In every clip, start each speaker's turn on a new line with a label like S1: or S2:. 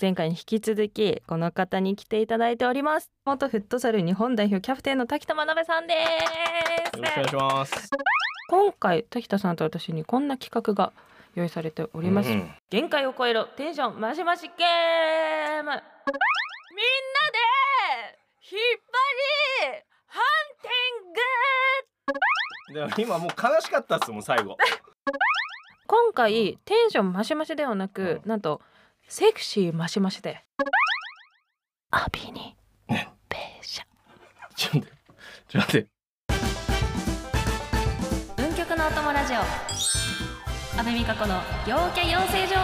S1: 前回に引き続きこの方に来ていただいております元フットサル日本代表キャプテンの滝田真鍋さんです
S2: よろしくお願いします。
S1: 今回滝田さんと私にこんな企画が用意されております、
S2: うん
S1: 限界を超えろテンションマシマシゲームみんなで引っ張りハンティング
S2: でも今もう悲しかったっすもん最 後。
S1: 今回テンションマシマシではなく、なんとセクシーマシマシでアビにペーシャ
S2: ちょっと待ってちょっと待って。
S3: 文曲のお供ラジオ阿部美加子の陽キャ養成所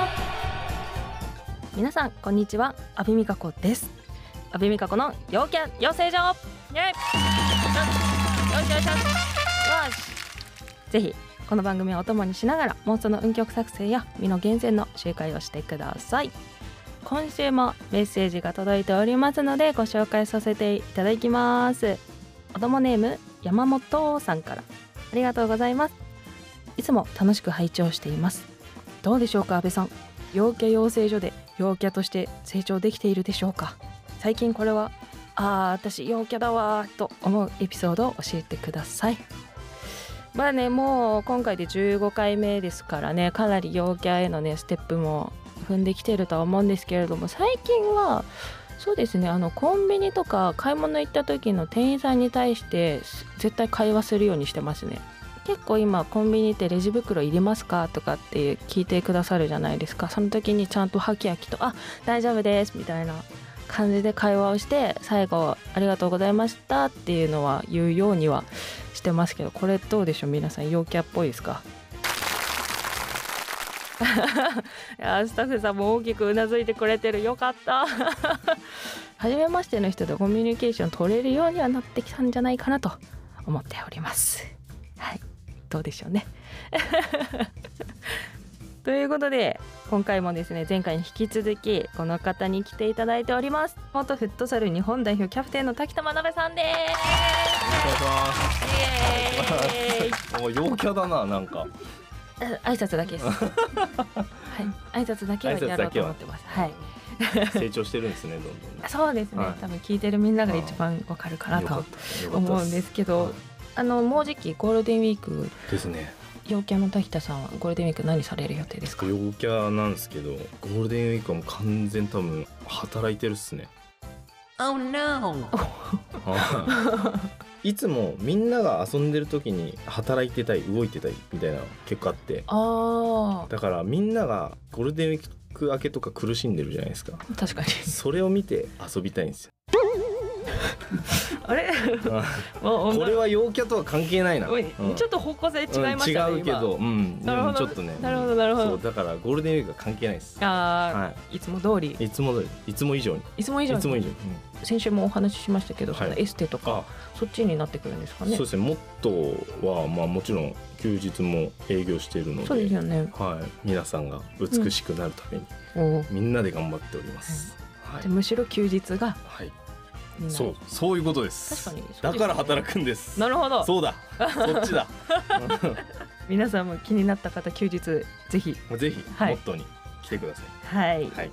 S1: 皆さんこんにちは阿部美加子です阿部美加子の陽キャ養成所イエイよしよしよしよしぜひこの番組をお供にしながら妄想の運曲作成や身の厳選の集会をしてください今週もメッセージが届いておりますのでご紹介させていただきます子供ネーム山本さんからありがとうございますいつも楽しく拝聴していますどうでしょうか阿部さん陽キャ養成所で陽キャとして成長できているでしょうか最近これはあー私陽キャだわーと思うエピソードを教えてくださいまあねもう今回で15回目ですからねかなり陽キャへのねステップも踏んできてるとは思うんですけれども最近はそうですねあのコンビニとか買い物行った時の店員さんに対してす絶対会話するようにしてますね結構今コンビニってレジ袋いりますかとかって聞いてくださるじゃないですかその時にちゃんとハキハキと「あ大丈夫です」みたいな感じで会話をして最後「ありがとうございました」っていうのは言うようにはしてますけどこれどうでしょう皆さん陽キャっぽいですか いやスタッフさんも大きくうなずいてくれてるよかった 初めましての人とコミュニケーション取れるようにはなってきたんじゃないかなと思っておりますはいどうでしょうね ということで今回もですね前回に引き続きこの方に来ていただいております元フットサル日本代表キャプテンの滝田真鍋さんですイエーイ
S2: お願いします。お陽キャだななんか。
S1: あ挨拶だけ です。はい、挨拶だけはやろうと思ってます。はい、
S2: 成長してるんですねどんどんね。
S1: そうですね、
S2: はい
S1: 多分聞いてるみんなが一番わかるかな
S2: よか
S1: と
S2: ったよかったっ
S1: 思うんですけど、あのもうじきゴールデンウィーク、
S2: ですね。
S1: 陽キャの滝田さんはゴールデンウィーク何される予定ですか。
S2: 陽キャなんですけどゴールデンウィークはもう完全多分働いてるっすね。
S3: Oh no
S2: はいいつもみんなが遊んでる時に働いてたい動いてたいみたいな結果あって
S1: あ
S2: だからみんながゴールデンウィーク明けとか苦しんでるじゃないですか
S1: あ、確かに。
S2: それを見て遊びたいんですよ
S1: あれ、
S2: あ
S1: もう
S2: これは陽キャとは関係ないな、
S1: おい
S2: うん
S1: ちょっと方向性違いましたね。
S2: うん違うけど、うん、
S1: なるほど
S2: うんちょっとね
S1: なるほどなるほど
S2: そうだからゴールデンウィークは関係ないです
S1: 今あ
S2: は
S1: あ、いつも通り
S2: い、、いつも通りいつも以上に
S1: いつも以上
S2: いつも以
S1: に。
S2: 上に、
S1: 先週もお話ししましたけど、
S2: は
S1: そ
S2: い
S1: のエステと
S2: うん
S1: か、そっちになってくるんですかね
S2: そう。ですねモットーは、まあ、もちろん休日も営業しているので
S1: そうですよね。
S2: はい、皆さんが美しくなるために、
S1: おー
S2: みんなで頑張っております。はい
S1: じゃあむしろ休日が
S2: はい、
S1: みんな
S2: そう、そういうことです。
S1: 確かにそうですね
S2: だから働くんです。
S1: なるほど
S2: そ うだ、そっちだ。
S1: 皆さんも気になった方休日ぜひ
S2: もうぜひ、
S1: はい
S2: モットーに来てくださ
S1: はい、
S2: い。はい。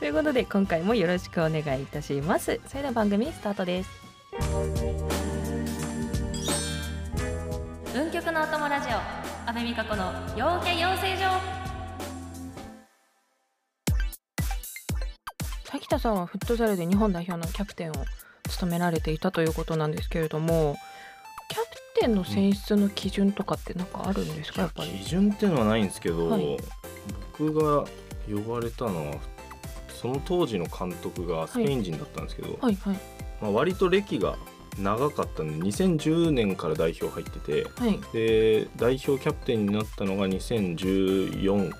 S1: ということで今回もよろしくお願いいたしますそれでは番組スタートです
S3: 文曲のお供ラジオ阿部美加子の陽キャ養成所
S1: 滝田さんはフットサルで日本代表のキャプテンを務められていたということなんですけれどもキャプテンの選出の基準とかってなんかあるんですかやっぱり
S2: 基準っていうのはないんですけど、
S1: はい
S2: 僕が呼ばれたのは。その当時の監督がスペイン人だったんですけど、
S1: はいはい
S2: まあ、割と歴が長かったんで2010年から代表入ってて
S1: はい
S2: で代表キャプテンになったのが2014
S1: うんうん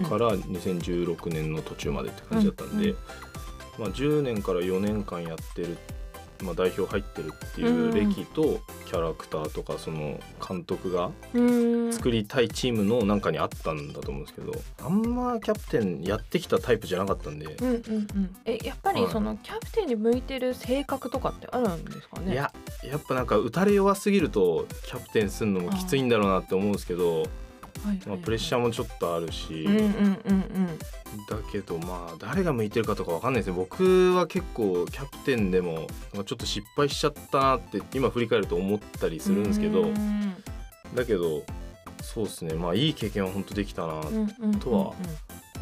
S1: うん
S2: から2016年の途中までって感じだったん
S1: うん
S2: で、
S1: うん
S2: まあ、10年から4年間やってる、まあ、代表入ってるっていう歴とキャラクターとかその監督が
S1: うーん
S2: 作りたいチームのなんかにあったんだと思うんですけどあんまキャプテンやってきたタイプじゃなかったんで、
S1: うんうんうんえやっぱり
S2: はい
S1: そのキャプテンに向いてる性格とかってあるんですかね
S2: いややっぱなんか打たれ弱すぎるとキャプテンするのもきついんだろうなって思うんですけどまあ、プレッシャーもちょっとあるし、
S1: うんうんうんうん
S2: だけどまあ誰が向いてるかとかわかんないですね僕は結構キャプテンでもなんかちょっと失敗しちゃったなって今振り返ると思ったりするんですけど、
S1: うん
S2: だけどそうですねまあいい経験は本当できたな
S1: うんうんうんうん
S2: とは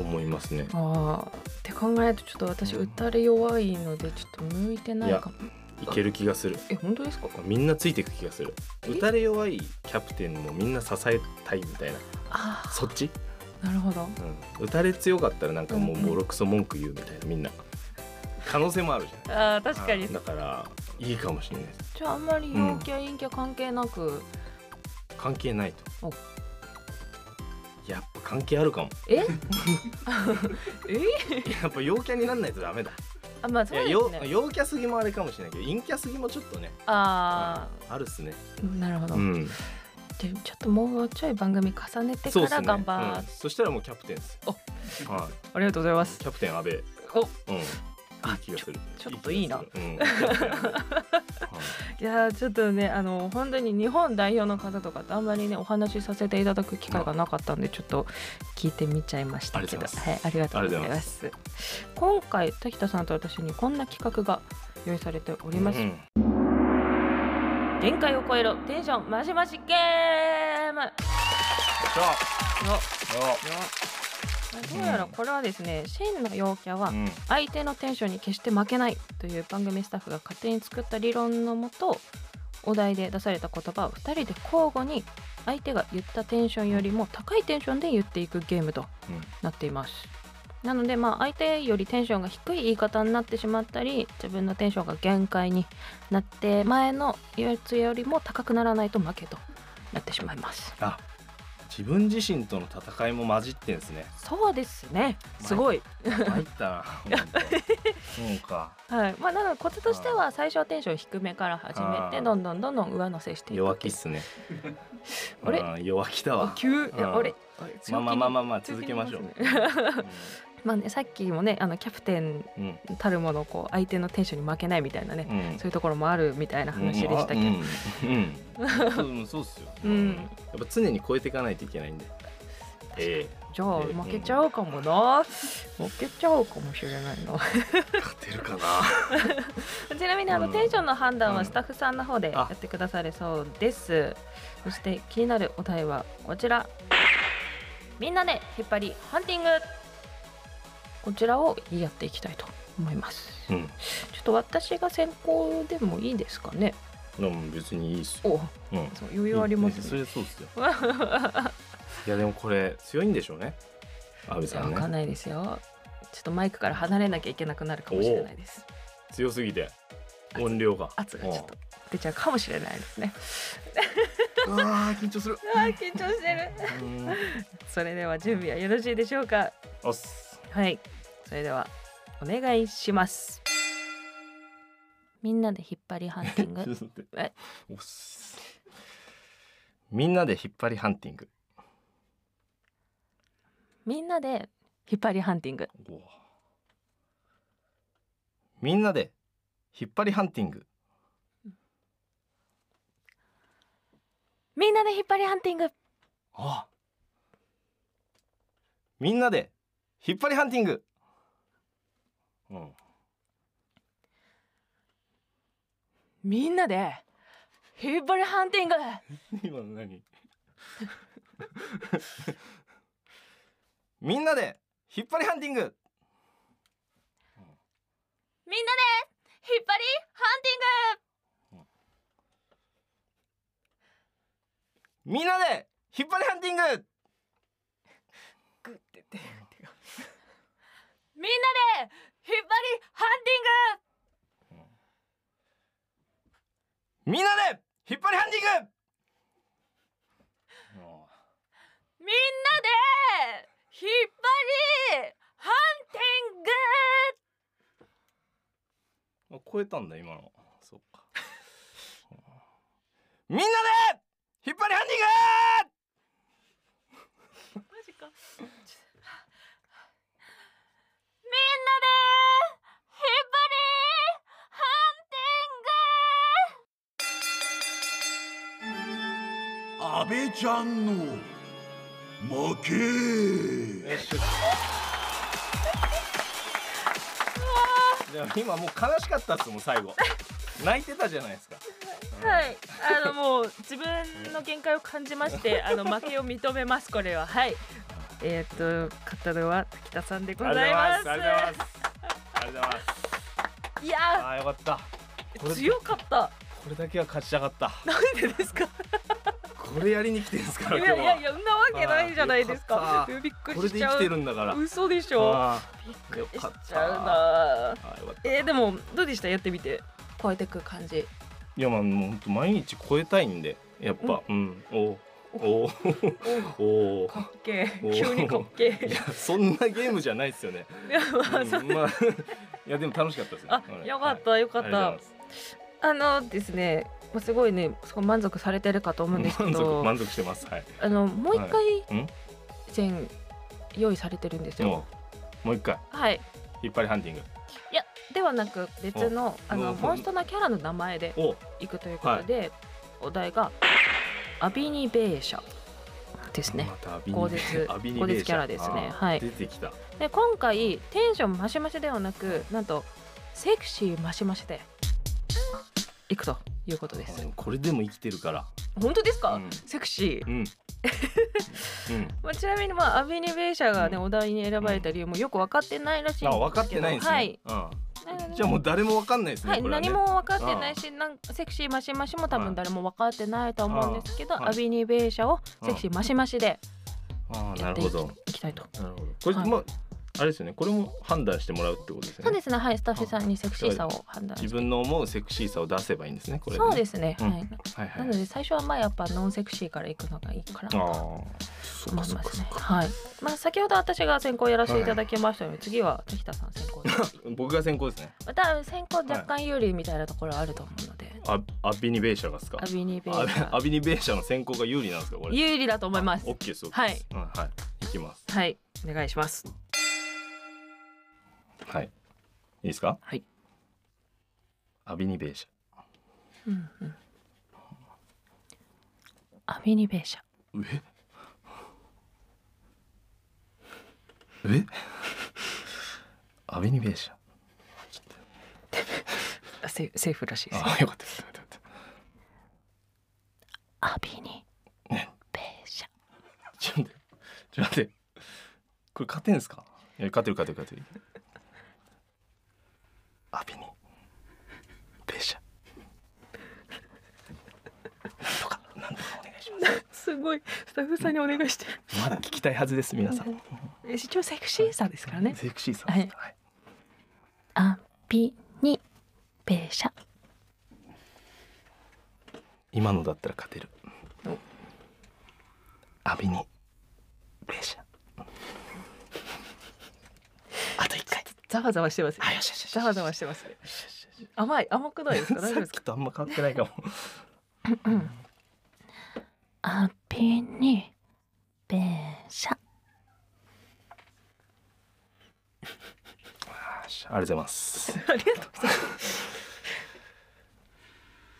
S2: 思いますね、
S1: あーって考えるとちょっと私打たれ弱いのでちょっと向いてないかも
S2: いける気がする
S1: え本当ですか
S2: みんなついていく気がする
S1: え
S2: 打たれ弱いキャプテンもみんな支えたいみたいな
S1: ああ
S2: そっち、
S1: なるほど
S2: うん、打たれ強かったらなんかもう
S1: うんうん
S2: ボロクソ文句言うみたいなみんな可能性もあるじゃ
S1: あー 確か
S2: ん
S1: に
S2: だからいいかもしれないです
S1: じゃああんまり陽キャ陰キャ関係な く、
S2: 関係ない
S1: お
S2: とやっぱ関係あるかも
S1: え え
S2: やっぱ陽キャになんないとダメだ、
S1: あまあ
S2: い
S1: そう
S2: や
S1: です
S2: 陽
S1: ね
S2: 陽キャすぎもあれかもしれないけど陰キャすぎもちょっとね
S1: あ
S2: あるっすね
S1: あなるほど、
S2: うん
S1: でちょっともうちょい番組重ねてから頑張
S2: そうっすねうんそしたらもうキャプテンですよはい
S1: ありがとうございます
S2: キャプテン阿部うんい
S1: お
S2: い気がする
S1: ちょちょっといいな
S2: 気がするうんキャプテン安倍
S1: いやーちょっとねあの本当に日本代表の方とかとあんまりねお話しさせていただく機会がなかったんでちょっと聞いてみちゃいましたけど
S2: ありがとうございます
S1: はいありがとうござい
S2: あり
S1: ま
S2: が
S1: す今回滝田さんと私にこんな企画が用意されて おります、
S2: はいうん
S1: 限界を超えろテンションマシマシゲーム
S2: じゃ
S1: よどうやらこれはですね真の陽キャ
S2: あ
S1: は
S2: うん
S1: 相手のテンションに決して負けないという番組スタッフが勝手に作った理論のもとお題で出された言葉を2人で交互に相手が言ったテンションよりも高いテンションで言っていくゲームと
S2: うん
S1: なっています。なのでまあ相手よりテンションが低い言い方になってしまったり自分のテンションが限界になって前のやつよりも高くならないと負けとなってしまいます。
S2: あ自分自身との戦いも混じってんですね
S1: そうですねすごい
S2: 参ったなほんとそうか
S1: はい、まあ、なので、コツとしては、最初はテンション低めから始め
S2: あ
S1: て、
S2: ー
S1: どんどんどんどん上乗せしていく。
S2: 弱気っすね
S1: あれ
S2: うん弱気だ
S1: あ
S2: わ
S1: 急、い
S2: うん
S1: や、あれ。あれ
S2: まあまあまあまあまあ
S1: 強
S2: 続
S1: 気に
S2: けましょう
S1: 強気に言いますねまあね、さっきもね、あのキャプテン
S2: うんうん
S1: たるもの、こう相手のテンションに負けないみたいなね。
S2: うん
S1: そういうところもあるみたいな話でしたけど。
S2: うんあうんうんそううんそうっすよ
S1: うん
S2: やっぱ常に超えていかないといけないんでえ
S1: じゃあ、
S2: うん
S1: 負けちゃうかもな。負けちゃうかもしれないな。
S2: え勝てるかな
S1: ちなみに、あの
S2: うん
S1: テンションの判断
S2: う
S1: は
S2: ん
S1: スタッフさんの方でやってくださるそうです。そして、気になるお題はこちら。みんなで引っ張りハンティング。こちらをやっていきたいと思います。
S2: うん
S1: ちょっと私が先行でもいいですかね。
S2: でも別にいいっすよ
S1: お、
S2: うん
S1: そう余裕あります
S2: そ
S1: ね。
S2: れそう っすよいやでもこれ強いんでしょうね阿部
S1: いや
S2: さ
S1: わ
S2: ん
S1: かん
S2: ね
S1: ないですよ。ちょっとマイクから離れなきゃいけなくなるかもしれないです。
S2: 強すぎて音量が
S1: 圧がちょっと出ちゃうかもしれないですね。
S2: うんあー緊張する
S1: あー緊張してる。
S2: うん
S1: それでは準備はよろしいでしょうか。
S2: おっす
S1: はい。それではお願いします。みんなで引っ張りハンティン
S2: ちょっ
S1: グ。
S2: と待って
S1: え
S2: おっすみんなで引っ張りハンティング
S1: みんなで引っ張りハンティング。
S2: おーみんなで引っ張りハンティング
S1: みんなで引っ張りハンティング。
S2: あみんなで引っ張りハンティングうん
S1: みんなで引っ張りハンティング。
S2: 今の何みんなで引っ張りハンティング
S1: みんなで引っ張りハンティング。
S2: みんなで引っ張りハンティング
S1: グッて手がみんなで引っ張りハンテ
S2: みんなで引っ張りハンティン
S1: ィン
S2: グ
S1: グみんなで引っ張りハンティング
S2: あ超えたんだ今のそっか みんなで引っ張りハンティング
S1: マジか
S4: みんなで引っ張りハンティング
S5: 安倍ちゃんの負け
S2: でも今もう悲しかったっすもん最後泣いてたじゃないですか
S1: はい、あのもう自分の限界を感じま して、あの負けを認めます。これははい。えーっと勝ったのは滝田さんでございます。
S2: ありがとうございますありがとうございます
S1: いや
S2: あーよかったこ
S1: ー
S2: れ
S1: 強かった。
S2: これだけは勝ちたかった
S1: なんでですか。
S2: これやりに来てんですか
S1: い
S2: ら
S1: や
S2: 今日はい
S1: やいや、そんなわけないじゃないです
S2: あーよ
S1: か
S2: か。
S1: びっく
S2: こ
S1: り
S2: れ
S1: し
S2: で
S1: ち
S2: 生
S1: ゃ
S2: き
S1: う
S2: て。るんだから
S1: 嘘でしょ。
S2: あーよ
S1: し
S2: かっ
S1: ちゃう
S2: た
S1: なー。
S2: あーよかった
S1: えーでもどうでしたやってみて。超えてく感じ。
S2: いやまあもうほんと毎日超えたいんでやっぱうんおおお お
S1: かっけ
S2: お
S1: ー。急にかっけ
S2: い
S1: ー。
S2: やそんなゲームじゃないですよね
S1: いや ま あそう
S2: うんまあ いやでも楽しかったですね
S1: あ
S2: はい
S1: よかったよかっ
S2: はいあ
S1: た
S2: りがとうございま。す
S1: あのですね、まあすごいね、すごい満足されてるかと思うんですけ
S2: 満足
S1: ど、
S2: 満足してますはい
S1: あのもう一
S2: は
S1: 回
S2: うん
S1: 線用意されてるんですよ。
S2: もうもう一回
S1: はい。
S2: 引っ張りハンティング
S1: ではなく別のあの
S2: うん
S1: モンストなキャラの名前で
S2: お
S1: いくということで、お題がアビニベーシャですね
S2: ま。たアビニ
S1: 口実
S2: アビニベー
S1: 口実キャラですね
S2: あー
S1: はい
S2: 出てきた
S1: で今回テンションマシマシではなくなんとセクシーマシマシでいくということで
S2: あ
S1: す
S2: でもこれでも生きてるから
S1: 本当ですか、
S2: うん
S1: セクシー
S2: う、んうん
S1: まあ、ちなみにまあアビニベーシャがね
S2: う
S1: お題に選ばれた理由もよく分かってないらしいんですけ
S2: あ
S1: ど
S2: 分かってないんですね
S1: はい
S2: うんじゃあもう誰も分かんないですね
S1: はい、
S2: これはね
S1: 何も分かってないしなんセクシーマシマシも多分誰も分かってないと思うんですけど、
S2: あはい
S1: アビニベーシャをセクシーマシマシで
S2: あー
S1: や
S2: な
S1: っ
S2: る
S1: てい
S2: ほ
S1: き
S2: ど
S1: いきたいと。
S2: なるほどこれ
S1: はい
S2: まああれですよねこれも判断してもらうってことですよ
S1: そう
S2: ね
S1: ですね、はい、スタッフさんにセクシーさを判断して
S2: 自分の思うセクシーさを出せばいいんですねこれね
S1: そうですね、
S2: うん
S1: はい、
S2: はいは
S1: ないので最初はまあやっぱノンセクシーからいくのがいいかな
S2: あ
S1: と
S2: ーそっ
S1: 思
S2: か
S1: い
S2: そっ
S1: ま
S2: か
S1: す
S2: そっ
S1: ね。
S2: か
S1: はい。まあ先ほど私が先行やらせていただきましたので、次は滝田さん先 行で。
S2: 僕が先行ですね
S1: また先行若干有利みたいなところあると思うので、
S2: あアビニベーシャがですか
S1: アビニベ
S2: あ
S1: ーシャ
S2: アビニベーシャの先行が有利なんですかこれ
S1: 有利だと思います
S2: オ。ッケーですオッケ
S1: は
S2: ー
S1: い
S2: ですうんはい行きます
S1: はい、お願いします。
S2: はいいいですか
S1: はい
S2: アビニベーシ
S1: うんうんアビニベーシャ。
S2: ャええアビニベーシャ
S1: あセセーフらしいです。
S2: あよかったですよかったよかっ
S1: アビニ
S2: たね
S1: ベーシャ。
S2: ちょっと待ってちょっと待ってこれ勝てんすかいや勝てる勝てる勝てるアビニベーシャなんとかなんとかお願いします
S1: すごいスタッフさんにお願いして。
S2: まだ聞きたいはずです皆さん。
S1: 一応セクシーさですからね。
S2: セクシーさん。
S1: はい
S2: はい
S1: アビニベーシャ。
S2: 今のだったら勝てる
S1: お。
S2: アビニベーシャ。 あと一回。
S1: ざわざわしてます。
S2: あよしよしよし。
S1: ざわざわしてます。
S2: よしよしよし
S1: 甘い甘くないですか。大丈夫
S2: さ
S1: で
S2: っ
S1: す
S2: き
S1: か。
S2: とあんま変わってないかも。
S1: アビニベーシャ。
S2: あよしありがとうござい ます。
S1: ありがとうございます。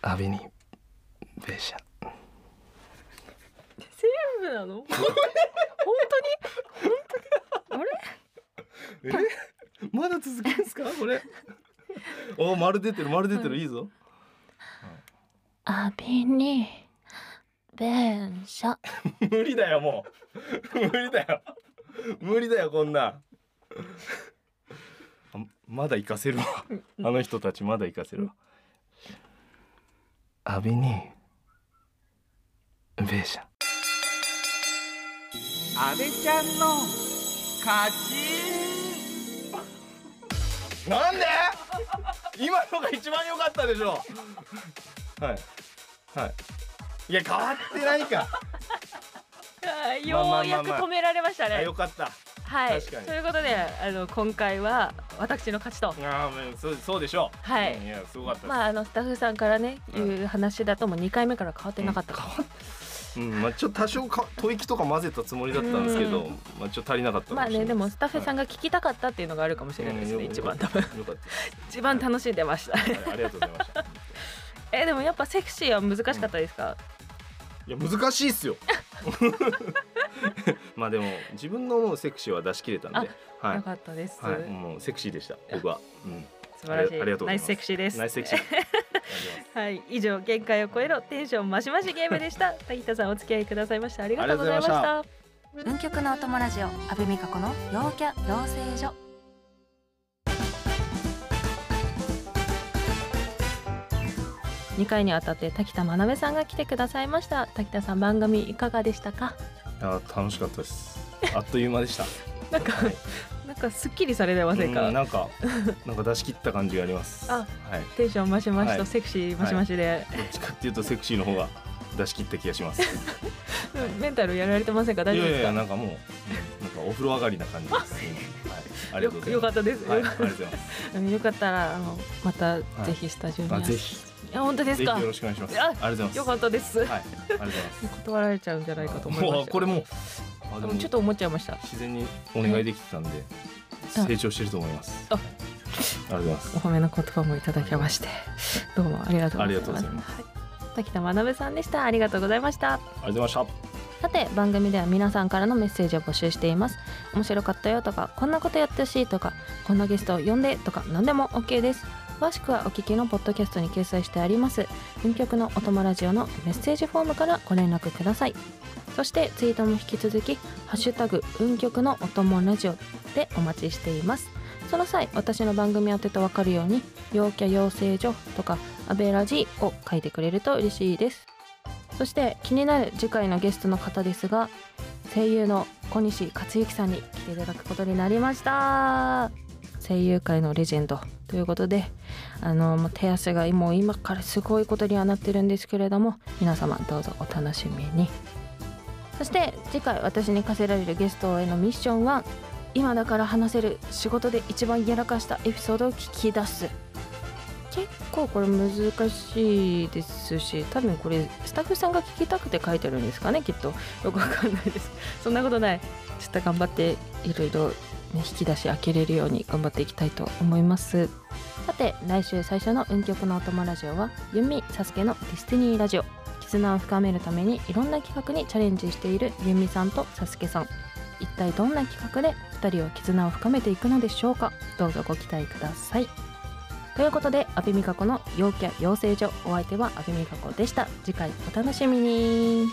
S2: アビニベーシャ。
S1: セーフなの？本当に？本当に？あれ？
S2: まだ続けですかこれ。 お丸出てる丸出てる、
S1: はい
S2: い、いぞ。
S1: アビニベーシャ。
S2: 無理だよもう。 無理だよ。無理だよこんなん。あまだ行かせるわ。あの人たちまだ行かせるわ。アビニベーシャ。
S6: 阿部ちゃんの勝ち
S2: なんで今のが一番良かったでしょはいはいいや変わってないか まあま
S1: よ
S2: あまあまあ
S1: うやく止められました
S2: あ
S1: ね
S2: よ。かったあ
S1: はい。と
S2: 確かに
S1: いうことで、あの今回は私の勝ちと。
S2: あもうそうそうでしょう
S1: はい
S2: うんいやすごかったです、
S1: まああのスタッフさんからね
S2: うん
S1: いう話だともう2回目から変わってなかったか
S2: うんまあ、ちょっと多少か吐息とか混ぜたつもりだったんですけど、
S1: うん
S2: まあ、ちょっと足りなかったか
S1: まあねでもスタッフさん
S2: が
S1: が聞きたかったっていうのがあるかもしれないですね一番多分
S2: よかったです
S1: 一番楽しんでました
S2: はいありがとうございましたい
S1: えでもやっ ぱセクシーは難しかったですか
S2: や難しいっすよまあでも自分の思うセクシーは出し切れたんで、はい
S1: よ、かったです、
S2: はい、もうセクシーでした僕は。うん、
S1: 素晴らしい
S2: ありがとうござい
S1: ナイ
S2: ます
S1: スセクシーです
S2: ナイスセク シー。ありがとうございます
S1: はい、以上限界を超えろテンションマシマシゲームで した。滝田さんお付き合いくださいましてありがとうございまし
S2: ありが
S1: た。
S3: 運極のお供ラジオ阿部美加子の陽キャ養成所
S1: 2回にわたって滝田真鍋さんが来てくださいました。滝田さん番組いかがでしたか？
S2: あー楽しかったです。あっという間で した。
S1: なんか
S2: はい
S1: なんかすっきりされてませんか？
S2: うんなんかなんか出し切った感じがあります。
S1: あ
S2: はい。
S1: テンションマシマシ
S2: は
S1: と
S2: い
S1: セクシーマシマシで、
S2: どっちかっていうとセクシーの方が出し切った気がします。
S1: うんメンタルやられてませんか？
S2: いや
S1: 大丈夫
S2: い
S1: で
S2: や
S1: す
S2: い
S1: か？
S2: やなんかもうなんかお風呂上がりな感じです。 うんはい。ありがとうござい
S1: よか
S2: ま
S1: ったです。
S2: す。はい、ありがとうございます。
S1: うんよかったらあのまたぜ
S2: い
S1: ひスタジ オに。
S2: あぜ
S1: い
S2: ひ
S1: や本当です
S2: ぜひ
S1: か
S2: よ？ろしくお願いします。
S1: あ
S2: ありがとうございます。
S1: よかったです。
S2: はい。ありがとうございます。
S1: 断られちゃうんじゃないかと思いました
S2: もうこれもうあ
S1: うんちょっと思っちゃいました。
S2: 自然にお願いできてたんで
S1: あ
S2: 成長してると思います。
S1: あ
S2: ありがとうございます
S1: お。褒めの言葉もいただきまして、どうもありがとうございます。
S2: ありがとうございま
S1: はい滝田学さんでした。ありがとうございました。
S2: ありがとうございまし
S1: さて番組では皆さんからのメッセージを募集しています面白かったよとかこんなことやってほしいとかこんなゲストを呼んでとか何でも OK です詳しくはお聞きのポッドキャストに掲載してあります文局のおともラジオのメッセージフォームからご連絡くださいそしてツイートも引き続き「ハッシュタグ運極のおともラジオ」でお待ちしていますその際私の番組宛てと分かるように「陽キャ養成所」とか「アベラジ」を書いてくれると嬉しいですそして気になる次回のゲストの方ですが声優の小西克幸さんに来ていただくことになりました声優界のレジェンドということであのもう手汗がもう今からすごいことにはなってるんですけれども皆様どうぞお楽しみにそして次回私に課せられるゲストへのミッションは今だから話せる仕事で一番やらかしたエピソードを聞き出す結構これ難しいですし多分これスタッフさんが聞きたくて書いてるんですかねきっとよくわかんないですそんなことないちょっと頑張っていろいろね引き出し開けれるように頑張っていきたいと思いますさて来週最初の「運極のお供ラジオは」ユミサスケの「ディスティニーラジオ」絆を深めるためにいろんな企画にチャレンジしているユミさんとサスケさん一体どんな企画で2人は絆を深めていくのでしょうかどうぞご期待くださいということで阿部美香子の陽キャ養成所お相手は阿部美香子でした次回お楽しみに